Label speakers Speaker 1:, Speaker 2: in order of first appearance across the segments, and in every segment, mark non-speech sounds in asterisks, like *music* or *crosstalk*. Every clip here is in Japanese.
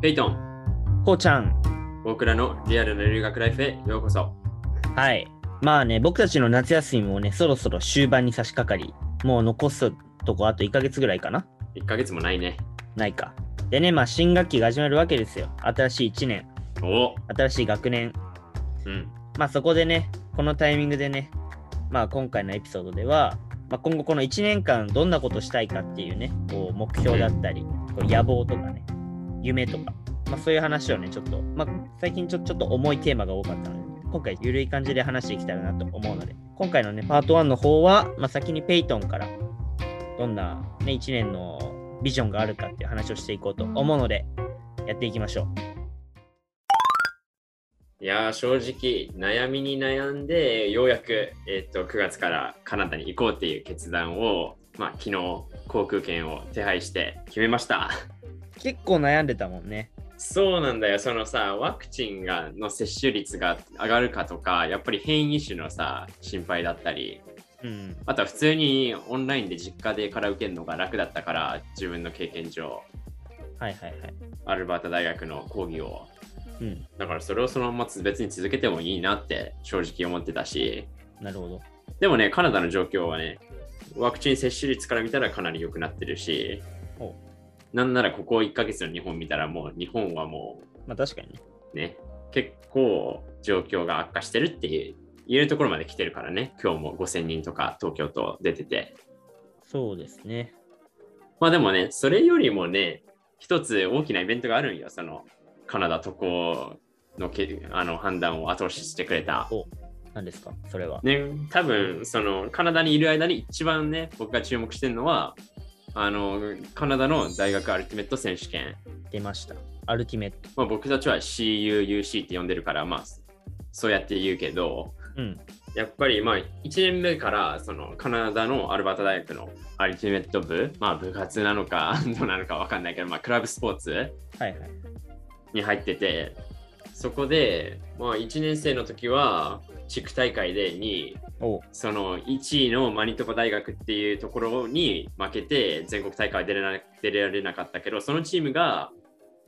Speaker 1: ペイトン、
Speaker 2: こうちゃん。
Speaker 1: 僕らのリアルな留学ライフへようこそ。
Speaker 2: はい。まあね、僕たちの夏休みもね、そろそろ終盤に差し掛かり、もう残すとこあと1ヶ月ぐらいかな
Speaker 1: 1ヶ月もないね。
Speaker 2: ないか。でね、まあ新学期が始まるわけですよ。新しい1年、
Speaker 1: おお、
Speaker 2: 新しい学年。
Speaker 1: うん、
Speaker 2: まあそこでね、このタイミングでね、まあ今回のエピソードでは、まあ、今後この1年間どんなことしたいかっていうね、こう目標だったり、こう野望とかね、夢とか、まあそういう話をね、ちょっと、まあ最近ちょちょっと重いテーマが多かったので、今回ゆるい感じで話していきたいなと思うので、今回のね、パート1の方は、まあ先にペイトンから、どんなね、1年のビジョンがあるかっていう話をしていこうと思うので、やっていきましょう。
Speaker 1: いやー、正直、悩みに悩んで、ようやく、えっと、9月からカナダに行こうっていう決断を、まあ、昨日、航空券を手配して決めました。
Speaker 2: 結構悩んでたもんね。
Speaker 1: そうなんだよ、そのさ、ワクチンがの接種率が上がるかとか、やっぱり変異種のさ、心配だったり、
Speaker 2: うん。
Speaker 1: あとは普通にオンラインで実家でから受けるのが楽だったから、自分の経験上、
Speaker 2: はいはいはい。
Speaker 1: アルバータ大学の講義を。
Speaker 2: うん。
Speaker 1: だからそれをそのまま別に続けてもいいなって正直思ってたし、
Speaker 2: なるほど。
Speaker 1: でもね、カナダの状況はね、ワクチン接種率から見たらかなり良くなってるし
Speaker 2: お、
Speaker 1: なんならここ1ヶ月の日本見たらもう日本はも
Speaker 2: まあ確かにね。
Speaker 1: うね、結構状況が悪化してるっていう言えるところまで来てるからね、今日も5000人とか東京都出てて。
Speaker 2: そうですね。
Speaker 1: まあでもね、それよりもね、一つ大きなイベントがあるんよ、そのカナダ渡航のけあの判断を後押ししてくれた。
Speaker 2: 何ですかそれは。
Speaker 1: ね、多分そのカナダにいる間に一番ね、僕が注目してるのは、あのカナダの大学アルティメット選手権。
Speaker 2: 出ました。アルティメット。
Speaker 1: まあ、僕たちは CUUC って呼んでるから、まあ、そうやって言うけど、
Speaker 2: うん。
Speaker 1: やっぱりまあ1年目からそのカナダのアルバータ大学のアルティメット部、まあ、部活なのか *laughs* どうなのか分かんないけど、まあ、クラブスポーツ
Speaker 2: はいはい。
Speaker 1: に入っててそこで、まあ、1年生の時は地区大会で2位
Speaker 2: お
Speaker 1: その1位のマニトバ大学っていうところに負けて全国大会出れな出られなかったけどそのチームが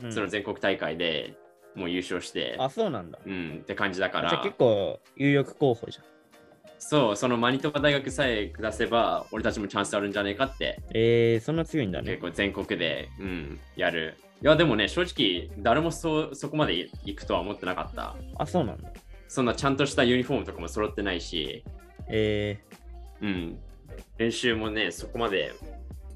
Speaker 2: うん、
Speaker 1: その全国大会でもう優勝して、
Speaker 2: あ、そうなんだ。
Speaker 1: うんって感じだか
Speaker 2: じゃあ
Speaker 1: ら
Speaker 2: 結構有力候補じゃん。
Speaker 1: そうそのマニトバ大学さえ下せば俺たちもチャンスあるんじゃねえかって
Speaker 2: えー、そんな強いんだね
Speaker 1: 結。構全国で、うん、やる。いやでもね正直誰もそうそこまで行くとは思ってなかった。
Speaker 2: あ、そうなんだ。
Speaker 1: そんなちゃんとしたユニフォームとかも揃ってないし、
Speaker 2: え
Speaker 1: うん、練習もね、そこまで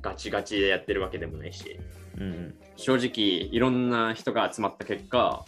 Speaker 1: ガチガチでやってるわけでもないし、
Speaker 2: ー、うんうん。
Speaker 1: 正直いろんな人が集まった結果、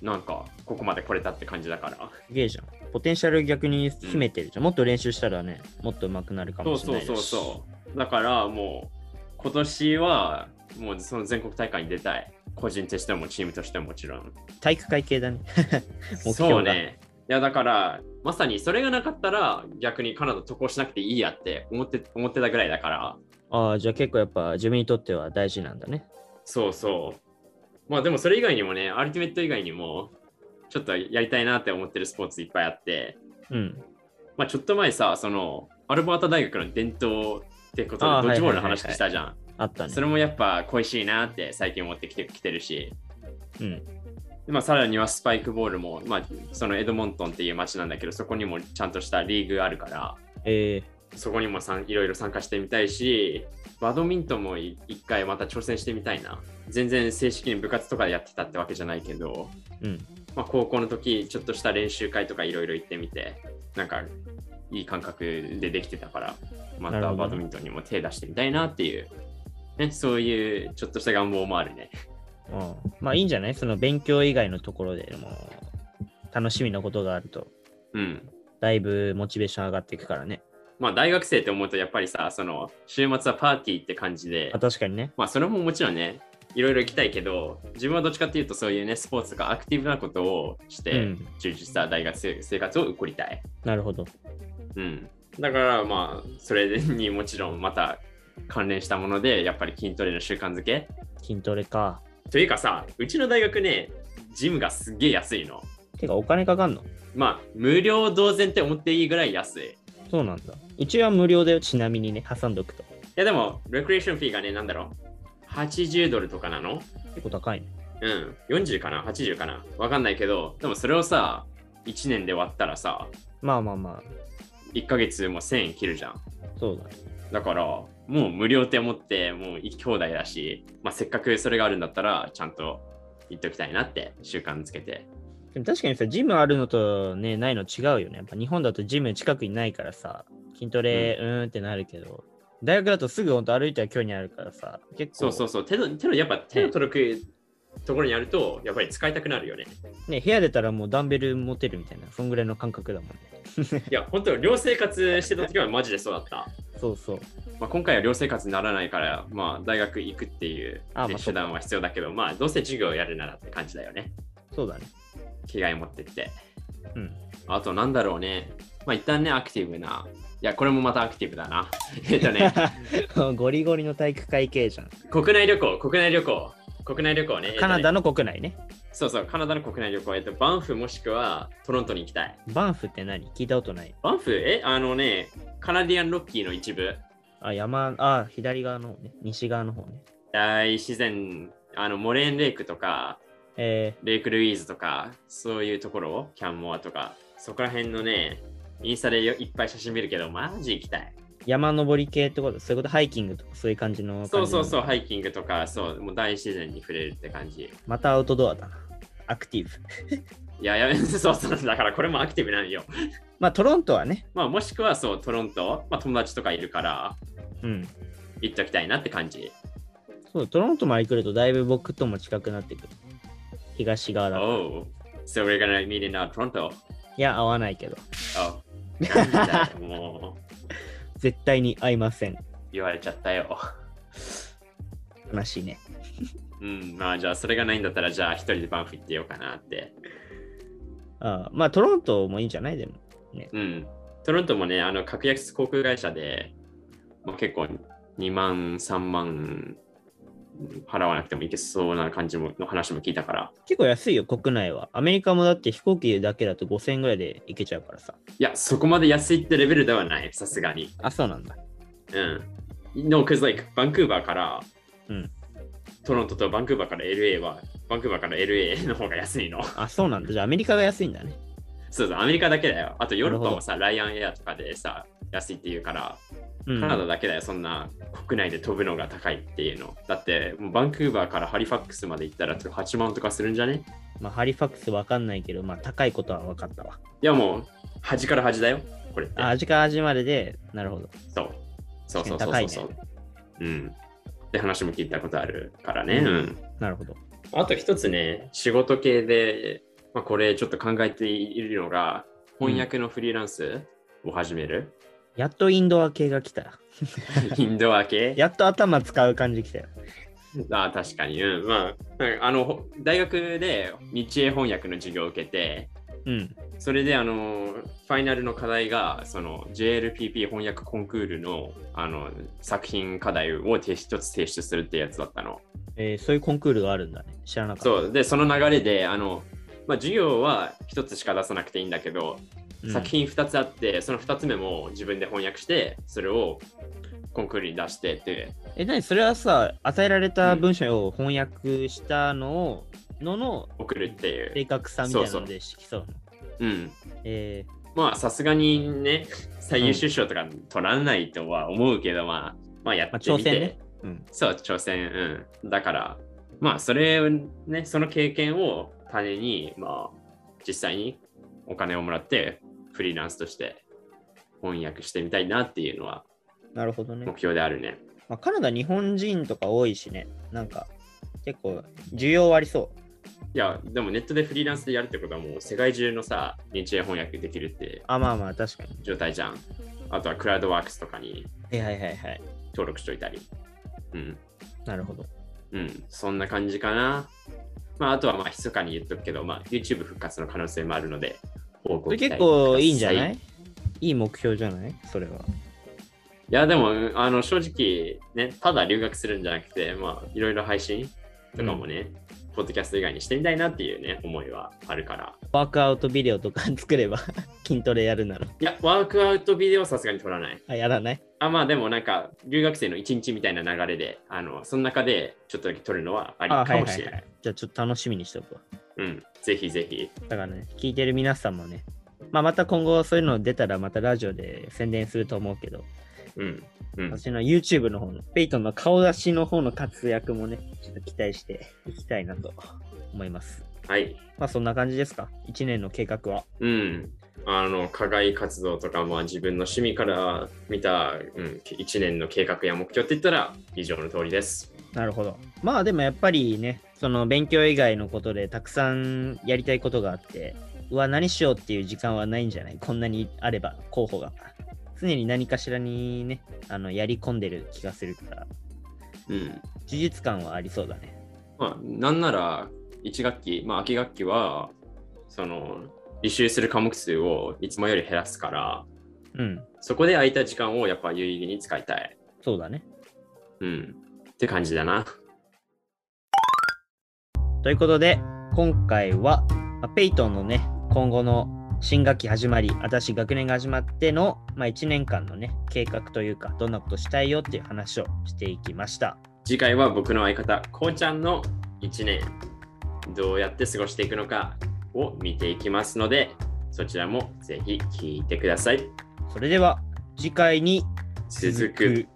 Speaker 1: なんかここまで来れたって感じだから。
Speaker 2: すげえじゃん。ポテンシャル逆に秘めてるじゃん。もっと練習したらね、もっと上手くなるか
Speaker 1: そ
Speaker 2: も
Speaker 1: う
Speaker 2: し
Speaker 1: そ
Speaker 2: れな
Speaker 1: う
Speaker 2: い
Speaker 1: そう
Speaker 2: です
Speaker 1: そう。だからもう今年はもうその全国大会に出たい。個人としてもチームとしてももちろん。
Speaker 2: 体育会系だね。目標が
Speaker 1: そうね。いやだからまさにそれがなかったら逆にカナダ渡航しなくていいやって思って思ってたぐらいだから
Speaker 2: ああ、じゃあ結構やっぱ自分にとっては大事なんだね。
Speaker 1: そうそうまあでもそれ以外にもねアルティメット以外にもちょっとやりたいなって思ってるスポーツいっぱいあって
Speaker 2: うん。
Speaker 1: まあちょっと前さそのアルバータ大学の伝統ってこと
Speaker 2: あー
Speaker 1: でドッジボールの
Speaker 2: はい
Speaker 1: 話
Speaker 2: はいはいはい
Speaker 1: したじゃん
Speaker 2: あったね
Speaker 1: そ。れもやっぱ恋しいなって最近思ってきてきてるし
Speaker 2: うん。
Speaker 1: でまあ、さらにはスパイクボールも、まあ、そのエドモントンっていう街なんだけどそこにもちゃんとしたリーグあるから
Speaker 2: え
Speaker 1: そこにもさんいろいろ参加してみたいし、バドミントンもい一回また挑戦してみたいな。全然正式に部活とかでやってたってわけじゃないけど、
Speaker 2: ー、うん。
Speaker 1: まあ、高校の時ちょっとした練習会とかいろいろ行ってみて、なんかいい感覚でできてたから、ま
Speaker 2: なる
Speaker 1: た
Speaker 2: ほど
Speaker 1: バドミントンにも手出してみたいなっていう、ね、そういうちょっとした願望もあるね。
Speaker 2: うん、まあいいんじゃないその勉強以外のところでも楽しみなことがあると
Speaker 1: うん。
Speaker 2: だいぶモチベーション上がっていくからね。
Speaker 1: まあ大学生って思うとやっぱりさ、その週末はパーティーって感じで
Speaker 2: あ、確かにね。
Speaker 1: まあそれももちろんねいろいろ行きたいけど自分はどっちかっていうとそういうねスポーツとかアクティブなことをし
Speaker 2: う
Speaker 1: て
Speaker 2: ん
Speaker 1: 充実した大学生生活を送りたい、
Speaker 2: なるほど。
Speaker 1: うん、だからまあそれにもちろんまた関連したものでやっぱり筋トレの習慣づけ
Speaker 2: 筋トレか。
Speaker 1: というかさうちの大学ねジムがすっげえ安いの
Speaker 2: てかお金かかんの
Speaker 1: まあ無料同然って思っていいぐらい安いい
Speaker 2: そうなんだ。うちは無料だよ、ちなみにね、挟んどくと。
Speaker 1: やでもレクリエーションフィーがねなんだろう80ドルとかなの
Speaker 2: 結構高いね。
Speaker 1: いやうん、40かな ?80 かなわかんないけど、でもそれをさ、1年で割ったらさ、
Speaker 2: まあまあま
Speaker 1: 1ヶ月も1000円切るじゃん。
Speaker 2: あ、そうだね。
Speaker 1: だから、もう無料って思って、もう行き放題だし、まあ、せっかくそれがあるんだったら、ちゃんと行っときたいなって習慣つけて。
Speaker 2: でも確かにさ、ジムあるのとね、ないの違うよね。やっぱ日本だとジム近くにないからさ、筋トレ、うーんってなるけど、大学だとすぐ本当歩いたら距離にあるからさ、結構
Speaker 1: そうそうそう、手の、手のやっぱ手の届くところにあると、やっぱり使いたくなるよね。
Speaker 2: ね、部屋出たらもうダンベル持てるみたいな、そんぐらいの感覚だもんね。
Speaker 1: いや、本当寮生活してた時はマジでそうだった。
Speaker 2: そうそう。
Speaker 1: まあ、今回は寮生活にならないから、まあ、大学行くっていう
Speaker 2: あまあ
Speaker 1: 手段は必要だけど、まあ、どうせ授業やるならって感じだよね。
Speaker 2: そうだね。 *laughs*
Speaker 1: 着替え持ってって。
Speaker 2: うん。
Speaker 1: あと、なんだろうね。まあ、一旦ね、アクティブな。いや、これもまたアクティブだな。 *laughs* えっとね、
Speaker 2: ゴリゴリの体育会系じゃん。
Speaker 1: 国内旅行、国内旅行、国内旅行ね。えっとね
Speaker 2: カナダの国内ね。
Speaker 1: そうそう、カナダの国内旅行。えっと、バンフもしくはトロントに行きたい。
Speaker 2: バンフって何聞いたことない。
Speaker 1: バンフ、え、あのね、カナディアンロッキーの一部。
Speaker 2: あ、山、あ、左側の方ね。西側の方ね。
Speaker 1: 大自然、あの、モレーンレイクとか、
Speaker 2: え
Speaker 1: レイクルイーズとか、そういうところを、キャンモアとか、そこら辺のね、インスタでよいっぱい写真見るけど、マジ行きたい。
Speaker 2: ー、山登り系ってことそういうことハイキングとかそういう感じの
Speaker 1: そうそうそう、
Speaker 2: う。
Speaker 1: ハイキングとか、そう、もう大自然に触れるって感じ。
Speaker 2: またアウトドアだな。アクティブ。
Speaker 1: いや、いや *laughs* そうそう、だからこれもアクティブなんよ。
Speaker 2: まあトロントはね。
Speaker 1: まあ、もしくはそう、トロント、まあ、友達とかいるから、
Speaker 2: うん。
Speaker 1: 行っときたいなって感じ。
Speaker 2: そう、トロントまで来るとだいぶ僕とも近くなってくる。東側だと。
Speaker 1: Oh, so we're gonna meet in uh, Toronto.
Speaker 2: いや、合わないけど。
Speaker 1: Oh, なんだよもう
Speaker 2: 絶対に合いません。
Speaker 1: 言われちゃったよ。
Speaker 2: 悲しいね。
Speaker 1: うん、まあじゃあそれがないんだったら、じゃあ一人でバンフ行ってようかなって。
Speaker 2: あまあトロントもいいんじゃないでも。
Speaker 1: うん。トロントもね、あの、格安航空会社で、まあ、結構2万、3万払わなくてもいけそうな感じもの話も聞いたから。
Speaker 2: 結構安いよ、国内は。アメリカもだって飛行機だけだと5000円ぐらいで行けちゃうからさ。
Speaker 1: いや、そこまで安いってレベルではない、さすがに。
Speaker 2: あ、そうなんだ。
Speaker 1: うん。No, c a u s like バンクーバーから、
Speaker 2: うん
Speaker 1: トロントとバンクーバーから LA は、バンクーバーから LA の方が安いの。 *laughs*
Speaker 2: あ、そうなんだ。じゃあアメリカが安いんだね。
Speaker 1: そうそう、アメリカだけだよ。あとヨーロッパ
Speaker 2: なる
Speaker 1: もさ、ライアンエアとかでさ、安いって言うから、
Speaker 2: うん。
Speaker 1: カナダだけだよ、そんな国内で飛ぶのが高いっていうの。だって、もうバンクーバーからハリファックスまで行ったら8万とかするんじゃね
Speaker 2: まあハリファックスわかんないけど、まあ高いことは分かったわ。
Speaker 1: いやもう、端から端だよ、これって。
Speaker 2: あ、味から味までで、なるほど。
Speaker 1: そう。そうそうそう
Speaker 2: 高
Speaker 1: そ
Speaker 2: いうね
Speaker 1: そう、うん。って話も聞いたことあるからね。
Speaker 2: うん
Speaker 1: うん
Speaker 2: なるほど。
Speaker 1: あと一つね、仕事系で、まあ、これちょっと考えているのが、翻訳のフリーランスを始める。
Speaker 2: やっとインドア系が来た。
Speaker 1: インドア系
Speaker 2: やっと頭使う感じ来たよ。
Speaker 1: ああ確かに。うん、まあ、あの、ほ大学で日英翻訳の授業を受けて、
Speaker 2: うん。
Speaker 1: それであの、ファイナルの課題が、その JLPP 翻訳コンクールのあの作品課題を提出一つ提出するってやつだったの。
Speaker 2: えーそういうコンクールがあるんだね。知らなかった。
Speaker 1: そう、で、その流れで、あの、まあ、授業は一つしか出さなくていいんだけど、
Speaker 2: うん
Speaker 1: 作品2つあってその2つ目も自分で翻訳してそれをコンクールに出してって
Speaker 2: え、なにそれはさ、与えられた文章を翻訳したのを、のの
Speaker 1: 送るっていう、
Speaker 2: 正確さみたいなので競うの。
Speaker 1: うん、
Speaker 2: え
Speaker 1: まあさすがにね最優秀賞とか取らないとは思うけど、まあまあやってみ
Speaker 2: まあ挑戦
Speaker 1: て
Speaker 2: ね、うん
Speaker 1: そう挑戦、うん、だからまあそれをねその経験を種にまあ実際にお金をもらってフリーランスとして翻訳してみたいなっていうのは
Speaker 2: ーなるほどね
Speaker 1: 目。標であるね
Speaker 2: まあ、カナダ日本人とか多いしね、なんか結構需要ありそう
Speaker 1: い
Speaker 2: ん。
Speaker 1: や、でもネットでフリーランスでやるってことはもう世界中のさ、日英翻訳できるって
Speaker 2: あ、まあまあ確かに。
Speaker 1: 状態じゃん。あとはクラウドワークスとかに
Speaker 2: はいはいはいはい。
Speaker 1: 登録しといたり。うん。
Speaker 2: なるほど。
Speaker 1: うん。そんな感じかな。まあ、あとはまあ、密かに言っとくけど、まあ、YouTube 復活の可能性もあるので、報
Speaker 2: そ
Speaker 1: 告
Speaker 2: れ結構いいんじゃないいいい目標じゃないそれは。
Speaker 1: や、でも、うんあの、正直、ね、ただ留学するんじゃなくて、まあ、いろいろ配信とかもね、ポッドキャスト以外にしてみたいなっていうね、思いはあるから。
Speaker 2: ワークアウトビデオとか作れば *laughs* 筋トレやるなら。
Speaker 1: いや、ワークアウトビデオはさすがに撮らない。
Speaker 2: あ、やらない
Speaker 1: あまあでもなんか留学生の一日みたいな流れであのその中でちょっとだけ取るのはあり
Speaker 2: あ、は
Speaker 1: か
Speaker 2: い
Speaker 1: も
Speaker 2: はい
Speaker 1: しれ
Speaker 2: は
Speaker 1: ない。
Speaker 2: い。じゃあちょっと楽しみにしておくわ。
Speaker 1: うん、ぜひぜひ。
Speaker 2: だからね、聞いてる皆さんもね、まあ、また今後そういうの出たらまたラジオで宣伝すると思うけど、
Speaker 1: うん、うん、
Speaker 2: 私の YouTube の方の、ペイトンの顔出しの方の活躍もね、ちょっと期待していきたいなと思います。
Speaker 1: はい。
Speaker 2: まあそんな感じですか ?1 年の計画は。
Speaker 1: うん。あの、課外活動とか、まあ自分の趣味から見た、うん、1年の計画や目標って言ったら、以上の通りです。
Speaker 2: なるほど。まあでもやっぱりね、その勉強以外のことでたくさんやりたいことがあって、うわ、何しようっていう時間はないんじゃないこんなにあれば、候補が。常に何かしらにね、あのやり込んでる気がするから、
Speaker 1: うん。
Speaker 2: 事実感はありそうだね。
Speaker 1: まあ、なんなら、1学期、まあ秋学期は、その、履修する科目数をいつもより減らすから、
Speaker 2: うん、
Speaker 1: そこで空いた時間をやっぱ有意義に使いたい。
Speaker 2: そうだね。
Speaker 1: うん。って感じだな。
Speaker 2: ということで、今回は、まあペイトンのね、今後の新学期始まり、新しい学年が始まっての、まあ、1年間のね、計画というか、どんなことしたいよっていう話をしていきました。
Speaker 1: 次回は僕の相方、こうちゃんの1年、どうやって過ごしていくのかを見ていきますので、そちらもぜひ聞いてください。
Speaker 2: それでは、次回に
Speaker 1: 続く。